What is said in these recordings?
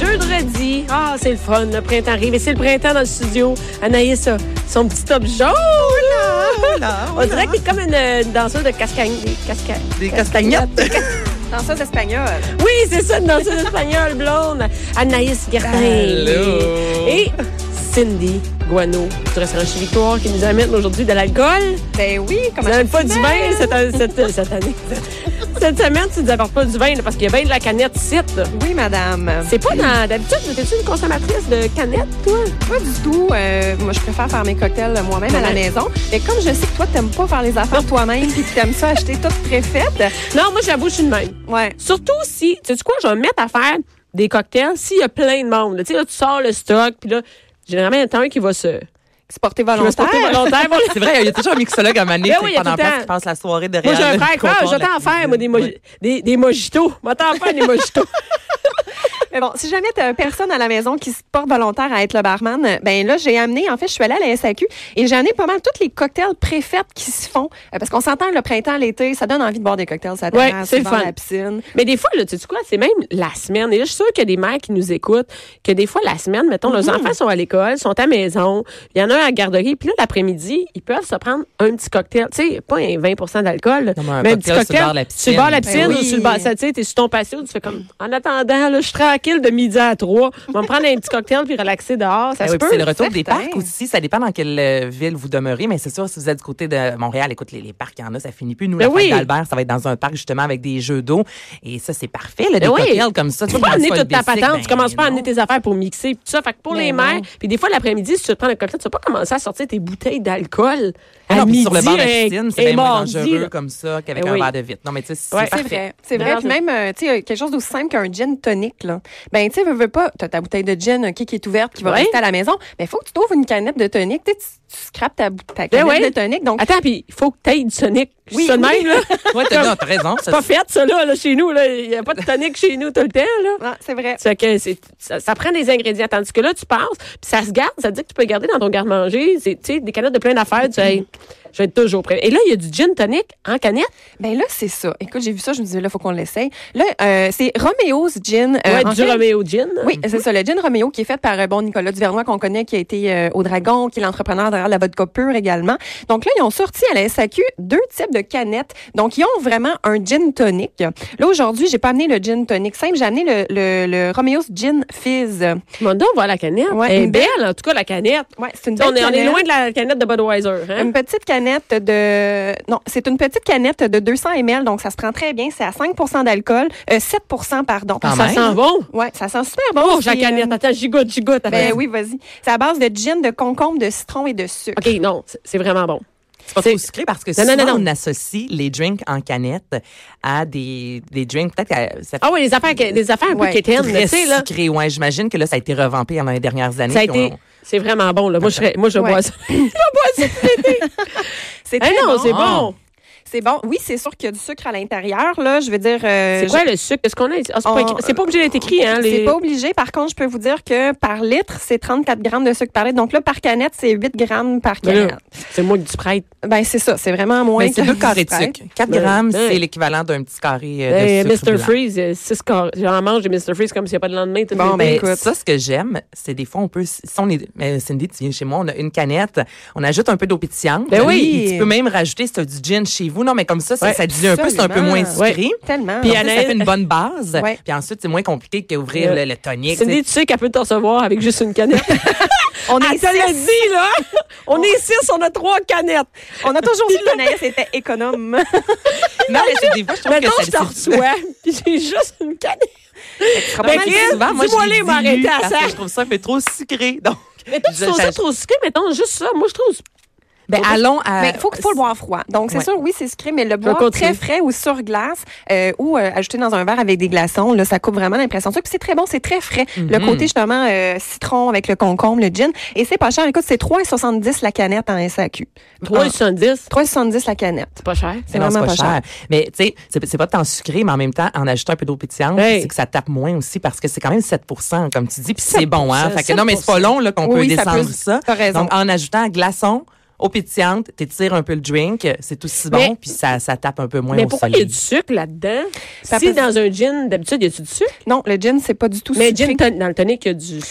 Jeudi, ah, c'est le fun, le printemps arrive. Et c'est le printemps dans le studio. Anaïs a son petit top jaune. On dirait qu'il est comme une, euh, une danseuse de cascagne. Des, casca... Des castagnettes. Danseuse espagnole. Oui, c'est ça, une danseuse espagnole blonde. Anaïs Gertin. Allô. Et Cindy Guano du restaurant Chez Victoire qui nous amène aujourd'hui de l'alcool. Ben oui, Tu comment n'amènes pas du vin cette, an- cette- cette année. Cette semaine, tu nous apportes pas du vin là, parce qu'il y a bien de la canette ici. là. Oui, madame. C'est pas dans. D'habitude, t'es-tu une consommatrice de canette, toi? Pas du tout. euh, moi, je préfère faire mes cocktails euh, moi-même à la Ouais. maison. Mais comme je sais que toi, t'aimes pas faire les affaires toi-même puis que t'aimes ça acheter tout préfait, Non, moi, j'avoue, je suis de même. ouais. Surtout si. Tu sais quoi, je vais me mettre à faire des cocktails s'il y a plein de monde. là. Tu sais, là, tu sors le stock, puis là, généralement, il y en a un qui va se. C'est porté qui va se volontaire. porter volontaire. Bon, C'est vrai, il y a toujours un mixologue à maner Ben c'est oui, il y a tout pendant le place temps. qui passe la soirée derrière. Moi, j'ai un le frère comptoir qui de je la t'en cuisine. faire, moi, des, moji- Ouais. des, des mojitos. Moi, t'en faire des mojitos. Mais bon, si jamais t'as personne à la maison qui se porte volontaire à être le barman, euh, ben là, j'ai amené, en fait, je suis allée à la SAQ et j'ai amené pas mal tous les cocktails préfaites qui se font. Euh, Parce qu'on s'entend le printemps, l'été, ça donne envie de boire des cocktails sur la Ouais, terrasse, c'est le sur bord de fun. la piscine. Mais des fois, là, tu sais quoi, c'est même la semaine. Et là, je suis sûre qu'il y a des mères qui nous écoutent, que des fois, la semaine, mettons, Mm-hmm. leurs enfants sont à l'école, sont à maison, il y en a un à la garderie, puis là, l'après-midi, ils peuvent se prendre un petit cocktail. Tu sais, pas un 20 d'alcool, Non, mais un petit cocktail sur le cocktail. bord de la piscine. Sur le bord de la piscine Ben ou oui. sur le bord, ça, tu sais, t'es sur ton patio, tu fais comme, en attendant, là, je suis tranquille de midi à 3, on va me prendre un petit cocktail puis relaxer dehors, ça Ah se oui, puis peut. c'est le retour des certain. parcs aussi. Ça dépend dans quelle euh, ville vous demeurez, mais c'est sûr, si vous êtes du côté de Montréal, écoute, les, les parcs, il y en a, ça finit plus. Nous, Ben la fête oui. d'Albert, ça va être dans un parc justement avec des jeux d'eau. Et ça, c'est parfait, là, des Ben oui. cocktails comme ça. Tu peux pas amener toute ta patente, ben tu commences pas à amener amener tes affaires pour mixer pis tout ça. Fait que pour Mais les non. mères, puis des fois l'après-midi, si tu te prends le cocktail, tu vas pas commencer à sortir tes bouteilles d'alcool à Ah non, puis midi. sur le banc de la hein, piscine, c'est et bien ben, moins mardi, dangereux là. comme ça qu'avec Ben un oui. verre de vitre. Non, mais tu sais, c'est Ouais. C'est parfait. vrai, c'est Non, vrai. non, Puis même, euh, tu sais, quelque chose d'aussi simple qu'un gin tonic, là. Ben, tu sais, veux, veux pas, t'as ta bouteille de gin, OK, qui est ouverte, qui va Ouais. rester à la maison. Mais faut que tu trouves une canette de tonic. Tu sais, tu- tu scrapes ta, bou- ta Ben canette ouais. de tonic. Donc, Attends, puis il faut que t'ailles du tonic. Je dis Oui, ça de oui. même, là. Ouais, t'as non, t'as raison. ça, C'est pas fait, ça, là, là, chez nous. là. Il n'y a pas de tonic chez nous tout le temps, là. ah, c'est vrai. Ça, que c'est- ça, ça prend des ingrédients. Tandis que là, tu passes, puis ça se garde. Ça te dit que tu peux le garder dans ton garde-manger. C'est, Tu sais, des canettes de plein d'affaires. Tu sais, hey, je vais être toujours prêt. Et là, il y a du gin tonic en canette. Ben là, c'est ça. Écoute, j'ai vu ça, je me disais, là, faut qu'on l'essaye. Là, euh, c'est Romeo's Gin. Euh, ouais, en du fait, Romeo Gin. Oui, c'est ça. Le gin Romeo qui est fait par euh, bon Nicolas Duvernois qu'on connaît, qui a été euh, au Dragon, qui est l'entrepreneur derrière la vodka pure également. Donc là, ils ont sorti à la SAQ deux types de canettes. Donc ils ont vraiment un gin tonic. Là aujourd'hui, j'ai pas amené le gin tonic simple, j'ai amené le, le, le Romeo's Gin Fizz. Mandon voir la canette. Ouais, Elle est une belle, en tout cas, la canette. Ouais, c'est une On belle est, on est canette. loin de la canette de Budweiser. Hein? Une petite canette de non, c'est une petite canette de 200 ml, donc ça se prend très bien. C'est à 5% d'alcool, euh, 7% pardon. Quand Ça sent- même. sent bon. Ouais, ça sent super bon. Oh, C'est, j'ai la canette. euh, Attends, j'y goûte, j'y goûte. Ben Attends. oui, vas-y. C'est à base de gin, de concombre, de citron et de sucre. OK, non, c'est- c'est vraiment bon. C'est pas trop sucré parce que Non, non, souvent, non, non. on associe les drinks en canette à des, des drinks, peut-être que ça Ah oui, les affaires, que- les affaires un Ouais, peu quétaines, là, très tu sais, là. sucré. Ouais, j'imagine que là, ça a été revampé dans les dernières années. Ça a puis on- été... C'est vraiment bon, là. Moi, je, serais, moi, je Ouais. Eh bois ça. C'est Ah très non, bon. c'est Ah. bon. C'est bon. Oui, c'est sûr qu'il y a du sucre à l'intérieur, là. Je veux dire. euh, C'est quoi le sucre? Est-ce qu'on a... Ah, c'est, pas on- écrit- c'est pas obligé d'être écrit, hein? je- les- C'est pas obligé. Par contre, je peux vous dire que par litre, c'est 34 grammes de sucre par litre. Donc là, par canette, c'est 8 grammes par Mais canette. Ben là, Ben, c'est moi qui du Sprite. Ben, c'est ça. C'est vraiment moins Mais c'est que deux du carrés de Sprite. sucre. 4 Ouais. grammes, Ouais. Ben, c'est l'équivalent d'un petit carré euh, de Hey, sucre. Mr. blanc. Freeze, euh, six corps. J'en mange des Mr. Freeze comme s'il n'y a pas de lendemain. tout Bon, le- ben, Mais écoute. ça, ce que j'aime, c'est des fois, on peut. Si on est, mais Cindy, tu viens chez moi, on a une canette, on ajoute un peu d'eau pétillante. Ben oui. Et Tu peux même rajouter si tu as du gin chez vous. Non, mais comme ça, ça, Ouais, ça dilue un peu, c'est un peu absolument. moins sucré. Tellement. Puis Puis en plus, ça Anaïs- fait une bonne base. Ouais. Puis ensuite, c'est moins compliqué qu'ouvrir Ouais. le, le tonic. Cindy, tu sais. tu sais qu'elle peut te recevoir avec juste une canette. on, Elle est te l'a six. dit, là. On est six, on a trois canettes. on a toujours dit qu'Anaïs était économe. Non, mais c'est des fois, je trouve Maintenant, que je ça t'en reçois, puis j'ai juste une canette. Pas mal Ben, Chris, souvent, moi, dis-moi je les, les moi, arrêtez dilue à parce ça. que Je trouve ça un peu trop sucré. Donc, Mais toi, tu je- trouves ça j'aj- trop sucré, mettons, juste ça. Moi, je trouve Ben, Faut- allons Euh, à. Mais il faut, qu'il faut le boire froid. Donc, c'est Ouais. sûr, oui, c'est sucré, mais le vais boire continuer. très frais ou sur glace euh, ou euh, ajouté dans un verre avec des glaçons, là, ça coupe vraiment l'impression de sucre. Puis c'est très bon, c'est très frais. Mhm. Le côté, justement, euh, citron avec le concombre, le gin. Et c'est pas cher. Écoute, c'est 3,70 la canette en SAQ. Ah. 3,70, 3,70 la canette. c'est pas cher. C'est Non, vraiment pas cher. Mais tu sais, c'est c'est pas tant sucré, mais en même temps, en ajoutant un peu d'eau pétillante, Hey. c'est que ça tape moins aussi parce que c'est quand même 7 comme tu dis, puis c'est bon, hein. Fait que non, mais c'est pas 7%. long là qu'on peut Oui, ça descendre peut- ça. t'as raison. Donc en ajoutant un glaçon, eau pétillante, t'étires un peu le drink, c'est aussi Mais- bon, puis ça, ça tape un peu moins Mais au pourquoi il y a solide. du sucre là-dedans? Ça Si peut- dans un gin, d'habitude, il y a du sucre? Non, le gin, c'est pas du tout Mais sucré. gin ton- dans le tonic, il y a du sucre.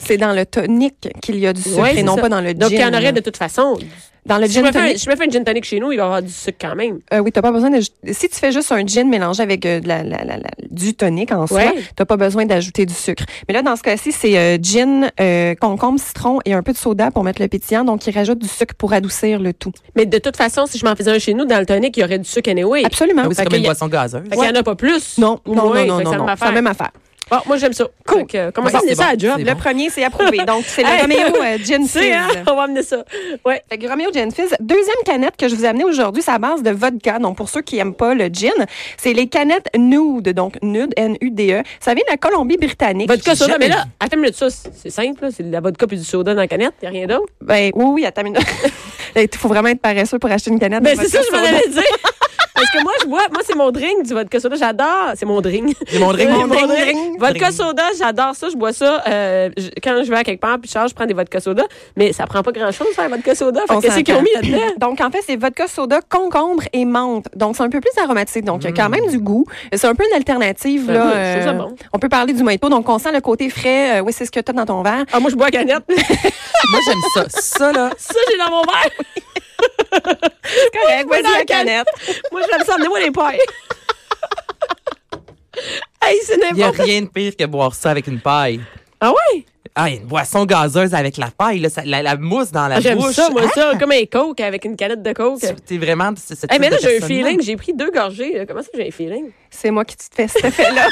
c'est dans le tonic qu'il y a du sucre Ouais, et c'est non ça. pas dans le Donc, gin. il y en aurait de toute façon. Dans le Si je gin me fais un- tonic. je me fais un gin tonic chez nous, il va y avoir du sucre quand même. Euh, oui, t'as pas besoin de. Si tu fais juste un gin mélangé avec euh, de la, la- la- la- du tonic en soi, Ouais. t'as pas besoin d'ajouter du sucre. Mais là, dans ce cas-ci, c'est euh, gin, euh, concombre, citron et un peu de soda pour mettre le pétillant. Donc, ils rajoutent du sucre pour adoucir le tout. Mais de toute façon, si je m'en faisais un chez nous, dans le tonic, il y aurait du sucre anyway. Absolument. Ah oui, c'est Fait comme qu'il une y a- boisson gazeuse. Fait qu'il n'y en a pas plus. Non, ou non, moins. non, Fait que ça non, non, me non. va C'est la faire. même affaire. Bon, moi, j'aime ça. Cool. Fait que, euh, comment Ouais, ça, amener c'est ça bon, à job? c'est là? Le premier, c'est approuvé. Donc, c'est Hey! le Romeo euh, Gin Tu sais, Fizz. hein, on va amener ça. Ouais. Fait que Romeo Gin Fizz, deuxième canette que je vous ai amenée aujourd'hui, c'est à base de vodka. Donc, pour ceux qui aiment pas le gin, c'est les canettes nude. Donc, nude, N-U-D-E. E. Ça vient de la Colombie-Britannique. Vodka soda, jamais Ben, mais là, vu. attends une minute, ça, c'est c'est simple, là. c'est de la vodka puis du soda dans la canette, il n'y a rien d'autre. Ben oui, oui, attends une minute. Il faut vraiment être paresseux pour acheter une canette. Ben, de c'est ça, vodka que je m'en soda. allais dire. Parce que moi, je bois, moi, c'est mon drink du vodka soda, j'adore. C'est mon drink. C'est mon drink, Euh, mon drink, drink. Vodka Drink. soda, j'adore ça, je bois ça. euh, je- quand je vais à quelque part puis je charge, je prends des vodka soda, mais ça prend pas grand-chose, faire un vodka soda. Fait On que qu'est-ce qu'ils ont s'entend. mis là-dedans? Donc, en fait, c'est vodka soda, concombre et menthe. Donc, c'est un peu plus aromatique. Donc, il y a quand même du goût. C'est un peu une alternative. Ben Là, euh, oui, je trouve ça bon. On peut parler du mojito. Donc, on sent le côté frais. euh, oui, c'est ce que tu as dans ton verre. Ah, moi, je bois à canette. Moi j'aime ça. Ça là, ça, j'ai dans mon verre. C'est Vas-y, correct. Vas-y, la la canette. Moi, je l'aime ça, amenez-moi les pailles. hey, c'est il y a n'importe quoi. rien de pire que boire ça avec une paille. Ah ouais? Ah, une boisson gazeuse avec la paille, là, ça- la, la mousse dans la J'aime bouche. ça, moi, Ah, ça, comme un coke avec une canette de coke. tu- T'es vraiment. c'est hein? ce Hey, mais type là, de j'ai un personne-là. feeling. J'ai pris deux gorgées. là. Comment ça, que j'ai un feeling? C'est moi qui te fais cet effet-là.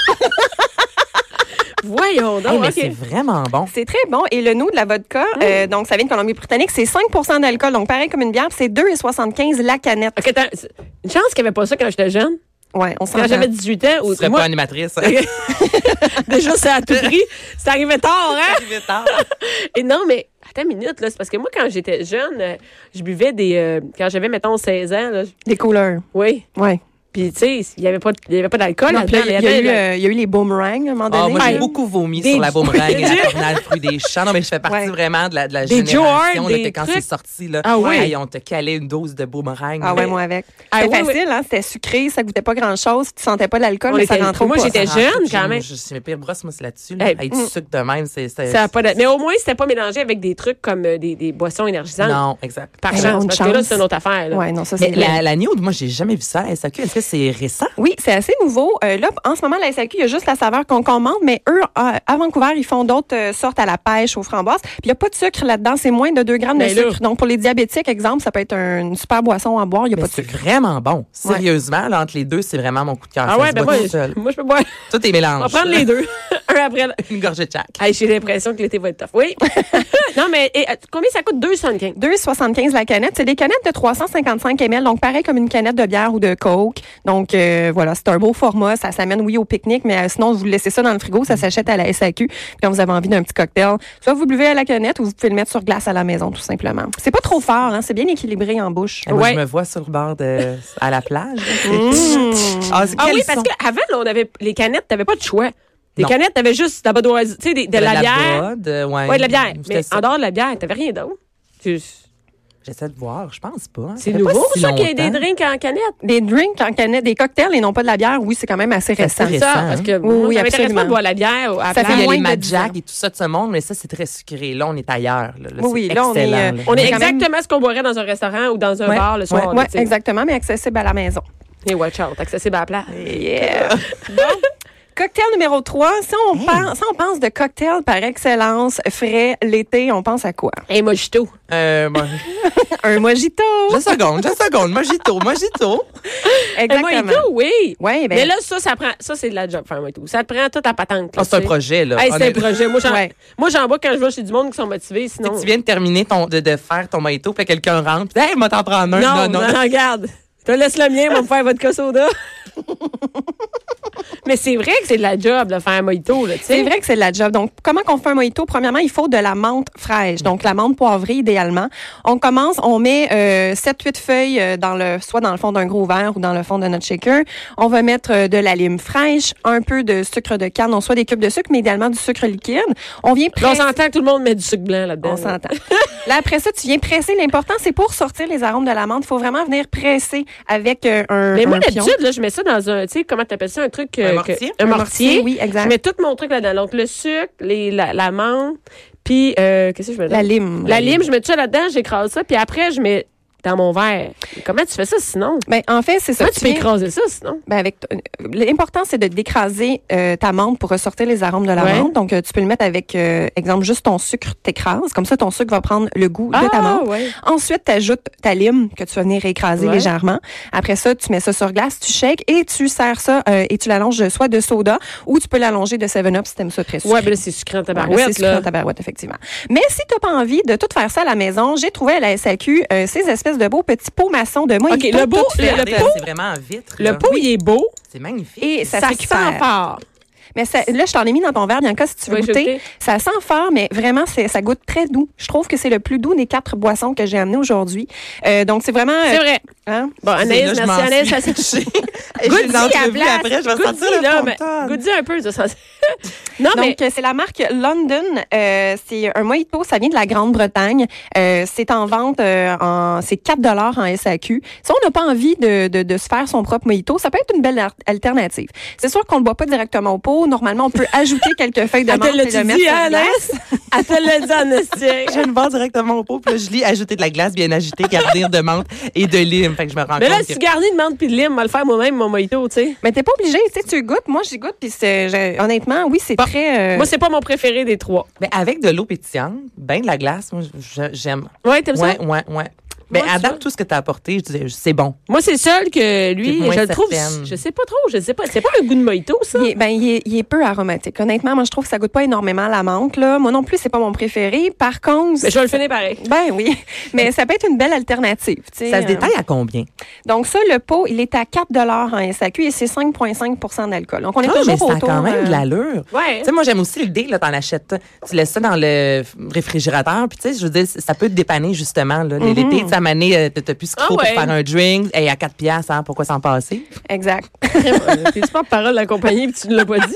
Voyons Hey, donc. mais ok. c'est vraiment bon. c'est très bon. Et le nous de la vodka, euh, donc, ça vient de Colombie-Britannique. C'est 5 d'alcool. Donc, pareil comme une bière, c'est 2,75 la canette. Ok, attends, c'est- une chance qu'il n'y avait pas ça quand j'étais jeune. Ouais, on Quand s'entend. j'avais 18 ans, Tu ou serais moi, pas animatrice. hein. déjà, c'est à tout prix. C'est arrivé tard, hein? Arrivé tard. Et non, mais attends une minute, là. C'est parce que moi, quand j'étais jeune, euh, je buvais des. euh, quand j'avais, mettons, 16 ans, là. je- Des couleurs. Oui. Ouais. Puis, tu sais, il n'y avait pas, il y avait pas d'alcool. Non, puis là-dedans, là, Il y, avait, a eu, là, euh, il y a eu les boomerangs à un moment Ah, donné. moi, j'ai Des- beaucoup vomi des- sur la boomerang et Des- la tornade fruit des champs. Non, mais je fais partie Ouais. vraiment de la, de la Des génération. Joe Hart, là, des que quand trucs. c'est sorti, là, Ah oui. hey, on te calait une dose de boomerang. Ah ouais, Mais- moi avec. C'était Ah oui, facile, hein? C'était sucré, ça goûtait pas grand-chose, tu sentais pas l'alcool, On mais ça était- rentrait au moi, pot. j'étais- Ça rentre, jeune, j'ai- quand même. Je suis mes pires brosses, moi, c'est là-dessus. Là. Hey, mm. Hey, du sucre de même, c'est. c'est- ça a pas d'al- mais au moins, c'était pas mélangé avec des trucs comme euh, des, des boissons énergisantes. Non, Ben, exact. Par Mais chance. bonne Parce que là, chance. c'est une autre affaire. Là. Ouais, non, ça Mais c'est la, la nude, moi, j'ai jamais vu ça à SAQ. Est-ce que c'est récent? Oui, c'est assez nouveau. Euh, là, en ce moment, la SAQ, il y a juste la saveur qu'on commande, mais eux, à, à Vancouver, ils font d'autres euh, sortes à la pêche, aux framboises. Puis il n'y a pas de sucre là-dedans, c'est moins de 2 grammes de Mais là- sucre. Donc pour les diabétiques, exemple, ça peut être un- une super boisson à boire, il n'y a Mais pas de c'est sucre. vraiment bon. Sérieusement, là, entre les deux, c'est vraiment mon coup de cœur. Ah Ça ouais, se ben boit moi, tout seul. je- moi, je peux boire. Tout est On mélange. va prendre les deux. Un après l'autre. Une gorgée de chaque. Hey, j'ai l'impression que l'été va être tough. Oui. non, mais et, euh, combien ça coûte? 2,75. 2,75 la canette. C'est des canettes de 355 ml, donc pareil comme une canette de bière ou de coke. Donc euh, voilà, c'est un beau format. Ça s'amène, oui, au pique-nique, mais euh, sinon, vous le laissez ça dans le frigo. Ça s'achète à la SAQ. Puis quand vous avez envie d'un petit cocktail, soit vous le buvez à la canette ou vous pouvez le mettre sur glace à la maison, tout simplement. C'est pas trop fort, hein? c'est bien équilibré en bouche. Et Moi, Ouais. je me vois sur le bord de, à la plage. c'est- Ah quels oui, Ah parce sont- qu'avant, là, on avait les canettes, t'avais pas de choix. Les Non. canettes, t'avais juste de la badoise, tu sais, des- de, la, bière. brode, euh, ouais. Ouais, de la bière. C'était Mais ça. en dehors de la bière, t'avais rien d'autre. Tu- J'essaie de voir, je pense pas. C'est nouveau, ça, qu'il y ait des drinks en canette. Des drinks en canette, des cocktails et non pas de la bière, oui, c'est quand même assez récent. assez récent. Ça, hein? parce que Oui, moi, oui, ça m'intéresse pas absolument. de boire la bière à la Ça fait plage. Il y a moins les de Mad 10 Jack ans. et tout ça de ce monde, mais ça, c'est très sucré. Là, on est ailleurs. Là, Là, Oui, oui, c'est là, on est, excellent, euh, là. On est Mais quand même- exactement ce qu'on boirait dans un restaurant ou dans un Ouais, bar le soir. ouais, là, Oui, tu sais. exactement, mais accessible à la maison. Et watch out, accessible à la plage. Yeah. Bon. Cocktail numéro 3, si on, pense, si on pense de cocktail par excellence, frais, l'été, on pense à quoi? Un mojito. Euh, bon, Un mojito! je seconde, je seconde. Mojito, mojito. Un Exactement. mojito, oui. Oui, ben, Mais là, ça, ça prend. Ça, c'est de la job faire un mojito. Ça te prend toute la patente. là, Ah, c'est un tu sais. projet, là. Hey, c'est un Honnêtement. projet. Moi, j'en Ouais. moi, j'en bois quand je vais chez du monde qui sont motivés, sinon. Tu viens de terminer ton, de, de faire ton mojito, puis là, quelqu'un rentre, puis hey, moi t'en prendre un. Non, non, non, regarde. Je te laisse le mien, on va me faire votre soda. Mais c'est vrai que c'est de la job de faire un mojito, là, tu sais. C'est vrai que c'est de la job. Donc, comment qu'on fait un mojito? Premièrement, il faut de la menthe fraîche. Donc, la menthe poivrée, idéalement. On commence, on met euh, 7-8 feuilles euh, dans le, soit dans le fond d'un gros verre ou dans le fond de notre shaker. On va mettre euh, de la lime fraîche, un peu de sucre de canne. On soit des cubes de sucre, mais idéalement du sucre liquide. On vient Là, on presser. s'entend que tout le monde met du sucre blanc là-dedans. On s'entend. Là, après ça, tu viens presser. L'important, c'est pour sortir les arômes de la menthe. Il faut vraiment venir presser avec euh, un. Mais moi, un pion. d'habitude, là, je mets ça dans un, tu sais, comment t'appelles ça, un truc. euh, Un que- mortier? un Un mortier. Oui, exact. Je mets tout mon truc là-dedans. Donc, le sucre, les, la, la menthe, puis, euh, qu'est-ce que je mets La là? lime. Ben, La lime, je mets tout ça là-dedans, j'écrase ça, puis après, je mets dans mon verre. Comment tu fais ça sinon? Ben, en fait, c'est ça. Comment tu peux viens- écraser ça sinon? Ben avec t- l'important c'est de d'écraser euh, ta menthe pour ressortir les arômes de la Ouais. menthe. Donc euh, tu peux le mettre avec euh, exemple juste ton sucre t'écrases comme ça ton sucre va prendre le goût de Ah, ta menthe. ouais. Ensuite, tu ajoutes ta lime que tu vas venir écraser Ouais. légèrement. Après ça, tu mets ça sur glace, tu shakes et tu sers ça euh, et tu l'allonges soit de soda ou tu peux l'allonger de 7-Up si t'aimes ça très sucré. Ouais, ben là, c'est sucré en Ouais, là, tabarouette, c'est sucré là. en tabarouette, effectivement. Mais si t'as pas envie de tout faire ça à la maison, j'ai trouvé à la SAQ euh, ces espèces de beaux petits pots maçons de moi. OK, le beau, le, le pot, c'est vraiment en vitre. le là. pot, il est beau. C'est magnifique. Et ça, ça sent récupère. fort. Mais ça- là, je t'en ai mis dans ton verre, Bianca, si tu veux Ouais, je vais goûter. goûter. Ça sent fort, mais vraiment, c'est, ça goûte très doux. Je trouve que c'est le plus doux des quatre boissons que j'ai amenées aujourd'hui. Euh, donc, c'est vraiment... C'est euh, vrai. hein? Bon, Anaïs, Là, je m'en merci, Anaïs. ça, suis c'est- cachée. Et j'ai Goody une à entrevue place. après, je vais Goody, sortir le là, mais- fronton. Goody un peu, ça sent- Non, Ah, mais Donc, euh, c'est la marque London. Euh, c'est un mojito, ça vient de la Grande-Bretagne. Euh, c'est en vente, euh, en, c'est 4 en SAQ. Si on n'a pas envie de, de, de se faire son propre mojito, ça peut être une belle ar- alternative. C'est sûr qu'on ne le boit pas directement au pot. Normalement, on peut ajouter quelques feuilles de Elle te menthe et l'a-tu le mettre dit, sur hein, glace. Anaïs? elle te l'a dit en esti. Je viens de voir directement au pot, puis là, je lis ajouter de la glace bien agitée, garnir de menthe et de lime. Fait que je me rends Mais là, compte si tu que... garnis de menthe puis de lime, on va le faire moi-même, mon mojito, tu sais. Mais t'es pas obligé, tu sais, tu goûtes. Moi, j'y goûte, puis c'est- j'ai- honnêtement, oui, c'est Bon. très. euh, Moi, c'est pas mon préféré des trois. Ben, avec de l'eau pétillante, ben de la glace, moi, je- j'aime. Ouais, t'aimes ça? Ouais, ouais, ouais. Ben, Moi, à tu vois. date, tout ce que t'as apporté, je disais, c'est bon. Moi, c'est le seul que T'es lui, moins je le trouve. certaine. Je sais pas trop, je sais pas. C'est pas un goût de mojito, ça? il est, ben, il est, il est peu aromatique. Honnêtement, moi, je trouve que ça goûte pas énormément la menthe, là. Moi non plus, c'est pas mon préféré. Par contre. Mais je vais le finir pareil. Ben oui, mais ça peut être une belle alternative. tu sais, Ça se euh. détaille à combien? Donc ça, le pot, il est à 4 en SAQ et c'est 5,5 d'alcool. Donc on est Ah, mais toujours ça a autour. quand même euh, de l'allure. Ouais. Tu sais, moi, j'aime aussi l'idée, là, t'en achètes, tu laisses ça dans le réfrigérateur, puis tu sais, je veux dire, ça peut te dépanner, justement, là, l'été, tu sais, à maner, euh, t'as t'as plus ce Mm-hmm. qu'il Ah faut ouais. pour faire un drink, et à 4 piastres, hein, pourquoi s'en passer? Exact. T'es-tu pas parole de la compagnie puis tu ne l'as pas dit?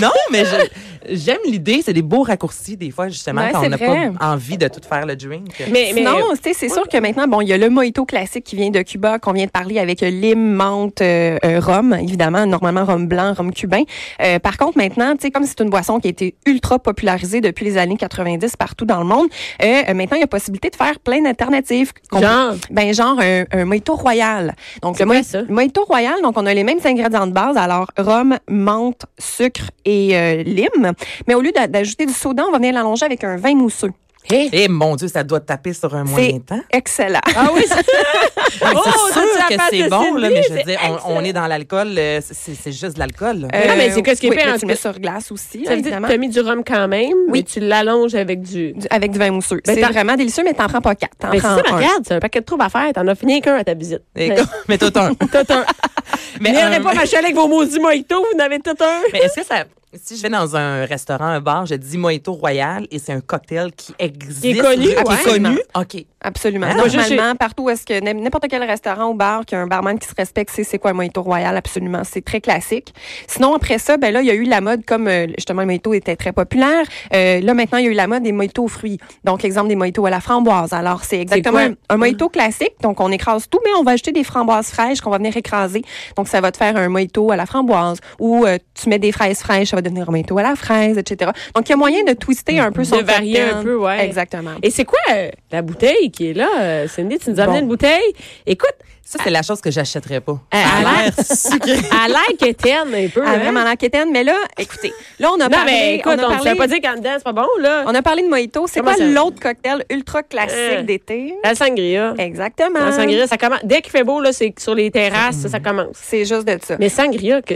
non, mais je- j'aime l'idée, c'est des beaux raccourcis, des fois, justement, Ouais, quand c'est on n'a vrai. pas envie de tout faire le drink. Mais, mais Sinon, tu sais, c'est sûr que maintenant, bon, il y a le mojito classique qui vient de Cuba, qu'on vient de parler avec euh, lime, menthe, euh, euh, rhum, évidemment, normalement rhum blanc, rhum cubain. Euh, par contre, maintenant, tu sais, comme c'est une boisson qui a été ultra popularisée depuis les années 90 partout dans le monde, euh, euh, maintenant, il y a possibilité de faire plein d'alternatives. qu'on peut- Genre? Ben, genre un, un mojito royal. Donc, C'est le quoi moi- ça? mojito royal, donc on a les mêmes ingrédients de base, alors rhum, menthe, sucre et euh, lime. Mais au lieu d'a- d'ajouter du soda, on va venir l'allonger avec un vin mousseux. Hey. Eh mon Dieu, ça doit taper sur un moyen temps. Excellent. Ah oui, c'est- Ah, mais Oh, c'est ça, tu sûr la que patte de c'est bon, là, mais je veux Cindy, dire, c'est on, on excellent. est dans l'alcool, euh, c'est c'est juste de l'alcool. là. Ah, mais c'est que ce qui est Euh, oui, fait là, en tu le mets plus- sur glace aussi, ça veut dire que évidemment. t'as mis du rhum quand même, Oui. mais tu l'allonges avec du. Du- avec du vin mousseux. Ben, c'est t'en- vraiment délicieux, mais t'en prends pas quatre. T'en Mais c'est prends ça, ma un. regarde, c'est un paquet de troubles à faire. T'en as fini qu'un à ta visite. Et- Mais- mais tout un. Tout un. Mais, euh, Viendrez un- pas ma avec vos maudits mojitos, vous en avez tout un. mais est-ce que ça. Si je vais dans un restaurant, un bar, je dis Mojito Royal et c'est un cocktail qui existe. Ah, Qui est connu, qui est ouais. connu. OK. Absolument. Ah, moi, je- Normalement, partout où est-ce que n'im- n'importe quel restaurant ou bar qui a un barman qui se respecte, c'est c'est quoi un mojito royal Absolument, c'est très classique. Sinon après ça, ben là il y a eu la mode comme euh, justement le mojito était très populaire. Euh, là maintenant il y a eu la mode des mojitos aux fruits. Donc exemple des mojitos à la framboise. Alors c'est exactement quoi? un, un mojito classique. Donc on écrase tout, mais on va ajouter des framboises fraîches qu'on va venir écraser. Donc ça va te faire un mojito à la framboise ou euh, tu mets des fraises fraîches, ça va devenir un mojito à la fraise, etc. Donc il y a moyen de twister un peu son De varier un cocktail. peu, ouais. Exactement. Et c'est quoi euh, la bouteille qui est là? euh, Cindy, tu nous as amené Bon. une bouteille. Écoute, Ça, c'est la chose que j'achèterais pas. Ah, Elle a l'air- sucrée. elle a l'air quétaine un peu. Ah, hein? vraiment la quétaine. Mais là, écoutez, là, on a Non, parlé. mais écoute, on a on ne parlé, peut pas dire qu'en dedans, c'est pas bon, là. on a parlé de mojito. C'est Comment quoi ça- l'autre cocktail ultra classique Euh. d'été? La sangria. Eh, Exactement. La sangria, ça commence. Dès qu'il fait beau, là, c'est sur les terrasses, ça, ça commence. C'est juste de ça. Mais sangria, que...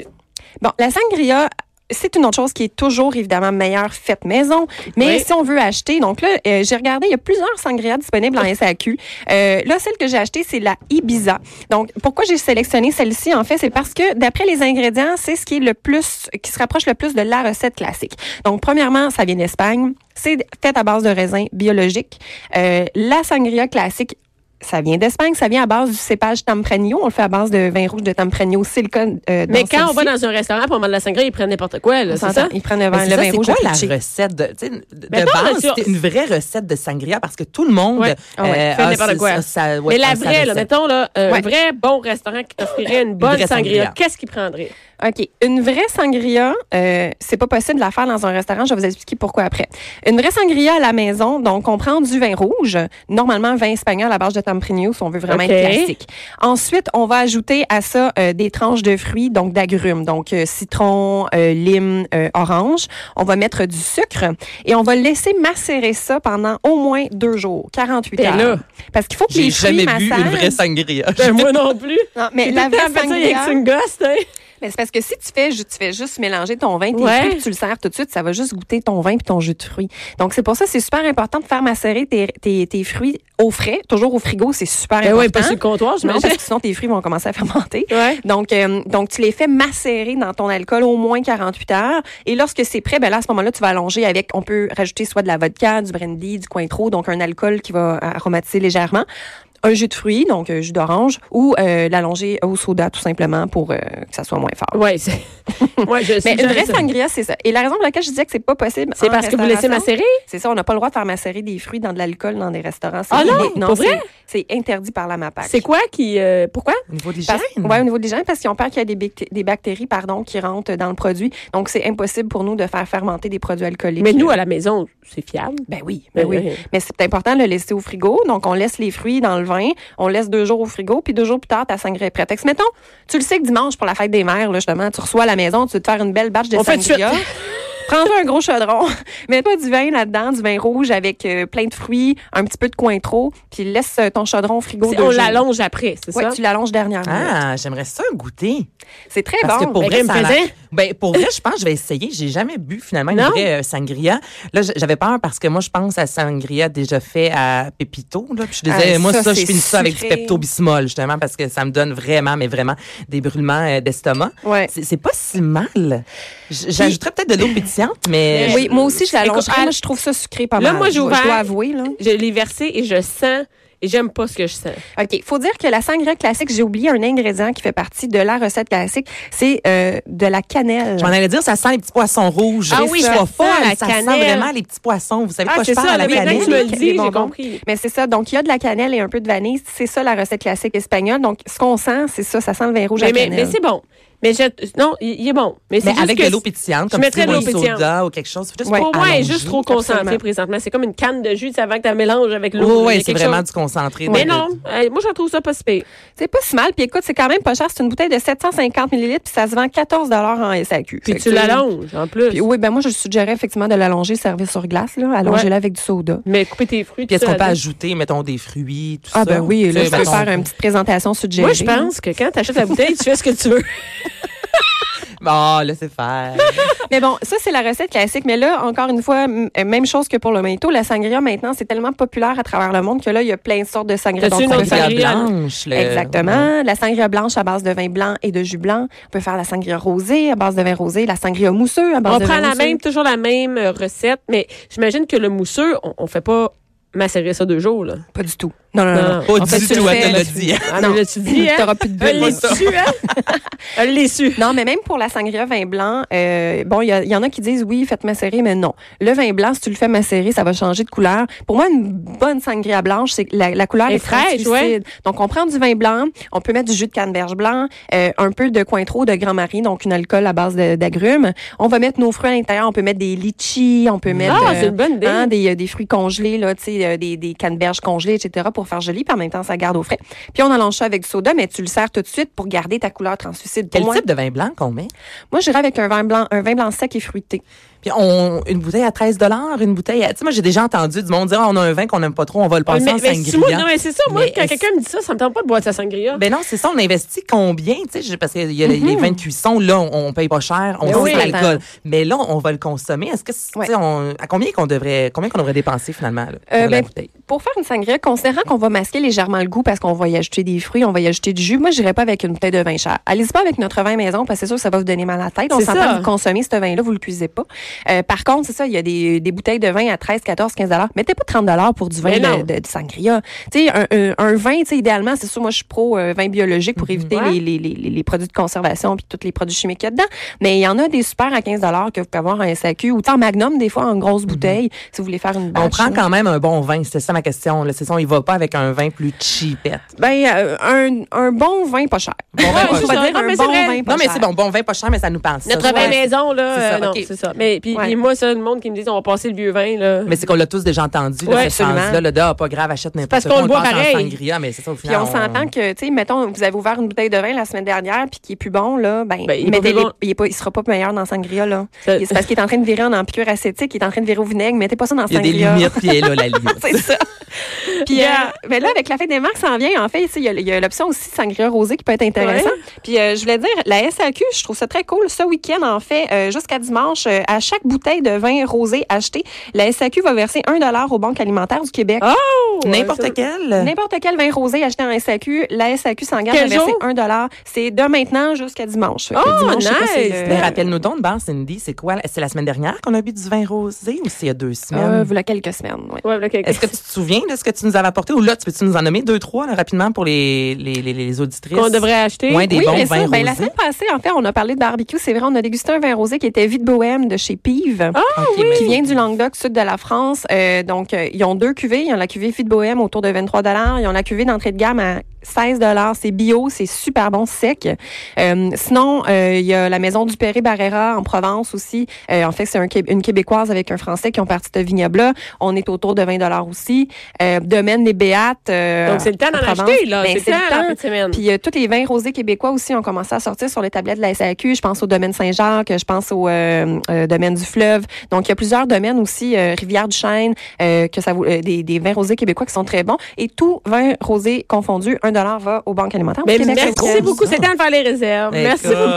Bon, la sangria, c'est une autre chose qui est toujours évidemment meilleure faite maison. Mais Oui. si on veut acheter, donc là, euh, j'ai regardé, il y a plusieurs sangrias disponibles en SAQ. Euh, là, celle que j'ai achetée, c'est la Ibiza. Donc, pourquoi j'ai sélectionné celle-ci, en fait, c'est parce que d'après les ingrédients, c'est ce qui est le plus, qui se rapproche le plus de la recette classique. Donc, premièrement, ça vient d'Espagne. C'est fait à base de raisins biologiques. Euh, la sangria classique, ça vient d'Espagne, ça vient à base du cépage Tempranillo. On le fait à base de vin rouge de Tempranillo silica. euh, dans mais quand on va celle-ci. dans un restaurant pour manger de la sangria, ils prennent n'importe quoi, là, On c'est s'entend, ça? Ils prennent le Ben, vin, c'est le ça, vin c'est rouge. quoi le la pitché. recette de, tu sais, de Mais non, base? mais sur- C'est une vraie recette de sangria parce que tout le monde Ben, Ouais. Ah ouais, fait n'importe c'est- quoi. ça- ça- ouais, mais la ah, sa vraie, là, recette. mettons, là, un Ouais. vrai bon restaurant qui t'offrirait une bonne vraie sangria, sangria. qu'est-ce qu'il prendrait? OK. Une vraie sangria, euh, c'est pas possible de la faire dans un restaurant. Je vais vous expliquer pourquoi après. Une vraie sangria à la maison, donc on prend du vin rouge, normalement vin espagnol à la base de Tempranillo si on veut vraiment OK. être classique. Ensuite, on va ajouter à ça euh, des tranches de fruits, donc d'agrumes, donc euh, citron, euh, lime, euh, orange. On va mettre du sucre et on va laisser macérer ça pendant au moins deux jours, 48 T'es heures. là. Parce qu'il faut que les J'ai fruits jamais bu macèrent. une vraie sangria. Ben, moi non plus. Non, mais J'ai Eh, la tout le vraie temps fait ça avec sangria. une gosse, hein? Mais c'est parce que si tu fais, ju- tu fais juste mélanger ton vin, et tes Ouais. fruits, puis tu le sers tout de suite, ça va juste goûter ton vin puis ton jus de fruits. Donc c'est pour ça, c'est super important de faire macérer tes, tes, tes fruits au frais, toujours au frigo, c'est super Ben important. oui, pas sur le comptoir, je Non, m'imagine. parce que sinon tes fruits vont commencer à fermenter. Ouais. Donc, euh, donc tu les fais macérer dans ton alcool au moins 48 heures. Et lorsque c'est prêt, ben là à ce moment-là, tu vas allonger avec. On peut rajouter soit de la vodka, du brandy, du cointreau, donc un alcool qui va aromatiser légèrement. Un jus de fruits, donc un jus d'orange, ou euh, l'allonger au soda tout simplement pour euh, que ça soit moins fort. Ouais, c'est. Moi, je Mais une suggère vraie ça. sangria, c'est ça. Et la raison pour laquelle je disais que c'est pas possible. C'est en parce que vous laissez restauration, macérer? C'est ça, on n'a pas le droit de faire macérer des fruits dans de l'alcool dans des restaurants. C'est Ah non, des- pour vrai? C'est c'est interdit par la MAPAC. C'est quoi qui. euh, pourquoi? Au niveau de l'hygiène? Parce- ouais, au niveau des gens, parce qu'on peur qu'il y a des, bict- des bactéries pardon, qui rentrent dans le produit. Donc, c'est impossible pour nous de faire fermenter des produits alcooliques. Mais nous, à la maison, c'est fiable. Ben oui, ben Ben oui. oui. Mais c'est important de le laisser au frigo. Donc, on laisse les fruits dans le vin, on laisse deux jours au frigo, puis deux jours plus tard, ta sangria est prête. Fait que, mettons, tu le sais que dimanche, pour la fête des mères, là, justement, tu reçois à la maison, tu veux te faire une belle batch de On fait de sangria. Prends un gros chaudron, mets-toi du vin là-dedans, du vin rouge avec euh, plein de fruits, un petit peu de cointreau, puis laisse euh, ton chaudron au frigo. C'est- deux On jours. l'allonge après, c'est Ouais, ça? tu l'allonges dernièrement. Ah, j'aimerais ça goûter. C'est très Parce bon. que pour Ben, vrai, qu'est-ce ça que a tu l'air- faisais? ben, pour vrai, je pense que je vais essayer. J'ai jamais bu finalement une Non? vraie euh, sangria. Là, j- j'avais peur parce que moi, je pense à sangria déjà fait à Pépito. Là, puis je disais, Ah, moi, ça, ça, je c'est finis ça avec du sucré. Pepto Bismol justement parce que ça me donne vraiment, mais vraiment des brûlements euh, d'estomac. Ouais. C'est c'est pas si mal. J- J'ajouterais peut-être de l'eau pétillante, mais Oui, moi aussi, je l'allonge. Écoute, Ah, je trouve ça sucré pas Là, mal. moi, j'ai Je dois- Je dois ouvert. avouer, là. Je l'ai versé et je sens. Et j'aime pas ce que je sens. Ah, OK. Faut dire que la sangria classique, j'ai oublié un ingrédient qui fait partie de la recette classique. C'est euh, de la cannelle. J'en allais dire, ça sent les petits poissons rouges. Ah Je oui, suis ça pas sent folle, la ça cannelle. sent vraiment les petits poissons. Vous savez de Ah, quoi c'est je parle ça, à la mais maintenant cannelle. que tu me le les dis, j'ai bonbons. compris. Mais c'est ça. Donc, il y a de la cannelle et un peu de vanille. C'est ça, la recette classique espagnole. Donc, ce qu'on sent, c'est ça. Ça sent le vin rouge à Mais, la mais, cannelle. mais c'est bon. Mais je, non, il il est bon. Mais, c'est Mais juste avec que de l'eau pétillante, je comme si mettrais de c'était l'eau un soda ou quelque chose. Faut Juste Ouais. pas Pour moi, elle est allonger. juste trop concentrée Absolument. présentement. C'est comme une canne de jus tu sais, avant que tu la mélanges avec l'eau. Oui, Il y a oui, c'est quelque vraiment chose. du concentré. Mais de- non, euh, moi, je trouve ça pas si pire. C'est pas si mal. Puis écoute, c'est quand même pas cher. C'est une bouteille de 750 millilitres puis ça se vend 14 en SAQ. Puis Fait que tu l'allonges, en plus. Puis oui, ben moi, je suggérais effectivement de l'allonger, servir sur glace, là. Allongez-la avec du soda. Mais couper tes fruits. Puis est-ce tout qu'on ça peut là-dedans. ajouter, mettons, des fruits, tout ça? Ah ben oui, Tu là, sais, je peux mettons- faire une petite présentation suggérée. Moi, je pense que quand tu achètes la bouteille, tu fais ce que tu veux. Ah, laissez faire. Mais bon, ça, c'est la recette classique. Mais là, encore une fois, m- euh, même chose que pour le mento. La sangria, maintenant, c'est tellement populaire à travers le monde que là, il y a plein de sortes de sangria. T'as-tu une Donc, on La peut autre faire- bière sangria, Euh, là. blanche. le- Exactement. La sangria blanche à base de vin blanc et de jus blanc. On peut faire la sangria rosée à base de vin rosé, la sangria mousseux à base On de prend vin la mousseux. même, toujours la même euh, recette, mais j'imagine que le mousseux, on, on fait pas macérer ça deux jours, là. Pas du tout. Non, non, non. non. Ah, Pas En fait, du tu le tout, fais- elle te l'a dit. Ah, mais là, tu dis, hein? T'auras plus de Elle bulles. l'est su, hein? Elle l'est su. Non, mais même pour la sangria vin blanc, euh, bon, il y, a- il y en a qui disent oui, faites macérer, mais non. Le vin blanc, si tu le fais macérer, ça va changer de couleur. Pour moi, une bonne sangria blanche, c'est que la, la couleur Elle est est fraîche, fraîche. Donc, on prend du vin blanc, on peut mettre du jus de canneberge blanc, euh, un peu de cointreau de Grand Marie, donc une alcool à base de- d'agrumes. On va mettre nos fruits à l'intérieur, on peut mettre des litchis, on peut mettre Ah, euh, c'est une bonne idée. hein, des, euh, des fruits congelés, là, tu sais, euh, des, des canneberges congelées, etc. pour pour faire joli, puis en même temps, ça garde au frais. Puis on allonge ça avec du soda, mais tu le sers tout de suite pour garder ta couleur translucide. Pour Quel moi, type de vin blanc qu'on met? moi j'irais avec un vin blanc, un vin blanc sec et fruité. Puis on, une bouteille à 13 une bouteille à... Tu sais, moi, j'ai déjà entendu du monde dire, Ah, on a un vin qu'on n'aime pas trop, on va le passer mais, en mais si moi- sangria. non, mais c'est ça, moi, Mais quand est-ce- quelqu'un me dit ça, ça me tente pas de boire de sa sangria. Ben non, c'est ça, on investit combien, tu sais, je- parce qu'il y a les- les Mhm. vins de cuisson, là, on, on paye pas cher, on Mais sait oui, l'alcool. Mais là, on va le consommer. Est-ce que, c'est- tu sais, Ben Ouais. on- à combien qu'on devrait, combien qu'on devrait dépenser finalement, là, pour Euh, la ben, bouteille? Pour faire une sangria, considérant qu'on va masquer légèrement le goût parce qu'on va y ajouter des fruits, on va y ajouter du jus, moi, j'irais pas avec une bouteille de vin cher. Allez-y pas avec notre vin maison parce que c'est sûr que ça va vous donner mal à la tête. On C'est ça. s'entend que vous consommez ce vin-là, vous le cuisez pas. Euh, par contre, c'est ça, il y a des, des bouteilles de vin à 13, 14, 15 dollars. Mettez pas 30 dollars pour du vin Mais non. de, de- de sangria. Tu sais, un, un- un vin, tu sais, idéalement, c'est sûr, moi, je suis pro euh, vin biologique pour éviter Mhm. Ouais. les, les, les- les- les produits de conservation puis tous les produits chimiques qu'il y a dedans. Mais il y en a des super à 15 dollars que vous pouvez avoir en SAQ ou en magnum, des fois, en Mhm. grosse bouteille, si vous voulez faire une batch, On prend là. quand même un bon vin, c'est ça ma question. là. C'est ça, on y va pas avec un vin plus cheapette. Ben, euh, un, un bon vin pas cher. Bon vin Ouais, pas c'est cher. ça. Non, mais c'est vrai. Non, mais c'est bon, bon vin pas cher, mais ça nous pense. Notre ça. vin Ouais. maison, là. C'est ça, euh, non, ok. c'est ça. Mais puis, Ouais. puis moi, ça, le monde qui me dit on va passer le vieux vin, là. Mais c'est qu'on l'a tous déjà entendu, là, Ouais, ce absolument. sens-là, le de, ah, pas grave, achète n'importe parce quoi, qu'on le boit pense en pareil. sangria, mais c'est ça, au Puis final, on s'entend que, tu sais, mettons, vous avez ouvert une bouteille de vin la semaine dernière, puis qui est plus bon, là, ben, Ben, il est pas mettez plus bon. il, est pas, il sera pas meilleur dans sangria, là. Ça- C'est parce qu'il est en train de virer en ampure acétique, il est en train de virer au vinaigre, mettez pas ça dans Il y a sangria. des limites, puis elle est là, la limite. C'est ça. Puis euh, Yeah. mais là, avec la fête des marques, ça en vient. En fait, tu sais, il y a- il y a, l'option aussi sangria rosé qui peut être intéressant. Puis euh, je voulais dire, la SAQ, je trouve ça très cool. Ce week-end, en fait, euh, jusqu'à dimanche, euh, à chaque bouteille de vin rosé achetée, la SAQ va verser 1 aux banques alimentaires du Québec. Oh! N'importe Ça- quel. N'importe quel vin rosé acheté en SAQ, la SAQ s'engage à Quel verser jour? 1 C'est de maintenant jusqu'à dimanche. Fait que Oh, dimanche, je sais pas, c'est nice! le- Mais rappelle-nous donc, Ben, Cindy, c'est quoi? C'est la semaine dernière qu'on a bu du vin rosé ou c'est il y a deux Euh, semaines? voilà quelques semaines. ouais. Ouais, là, quelqu'un- Est-ce que tu te souviens de ce que tu nous avais apporté? Ou là, tu peux-tu nous en nommer deux, trois, là, rapidement, pour les, les, les, les auditrices? qu'on devrait acheter? Ouais, des oui, bons mais vins ça, ben, la rosés. semaine passée, en fait, on a parlé de barbecue. C'est vrai, on a dégusté un vin rosé qui était vide bohème de chez Pive. Ah oui! qui vient du Languedoc, sud de la France. Euh, donc, euh, ils ont deux cuvées. Ils ont la cuvée Fit Bohème autour de 23 Ils ont la cuvée d'entrée de gamme à 16 C'est bio, c'est super bon, sec. Euh, sinon, euh, il y a la maison du Péré Barrera en Provence aussi. Euh, en fait, c'est un Qué- une Québécoise avec un Français qui ont parti de Vignoble. On est autour de 20 aussi. Euh, Domaine des Béates. euh, Donc, c'est le temps d'en en Provence. acheter, là. Ben, c'est le temps, hein. la fin de semaine. puis euh, tous les vins rosés québécois aussi ont commencé à sortir sur les tablettes de la SAQ. Je pense au domaine Saint-Jacques, je pense au euh, euh, domaine du fleuve. Donc, il y a plusieurs domaines aussi, euh, Rivière-du-Chêne, euh, que ça vous, euh, des, des vins rosés québécois qui sont très bons. Et tout vin rosé confondu, 1 va aux banques alimentaires. Mais du Québec. Ben, merci Donc, euh, beaucoup. C'est le temps de faire les réserves. Ben, Écoute. Merci beaucoup.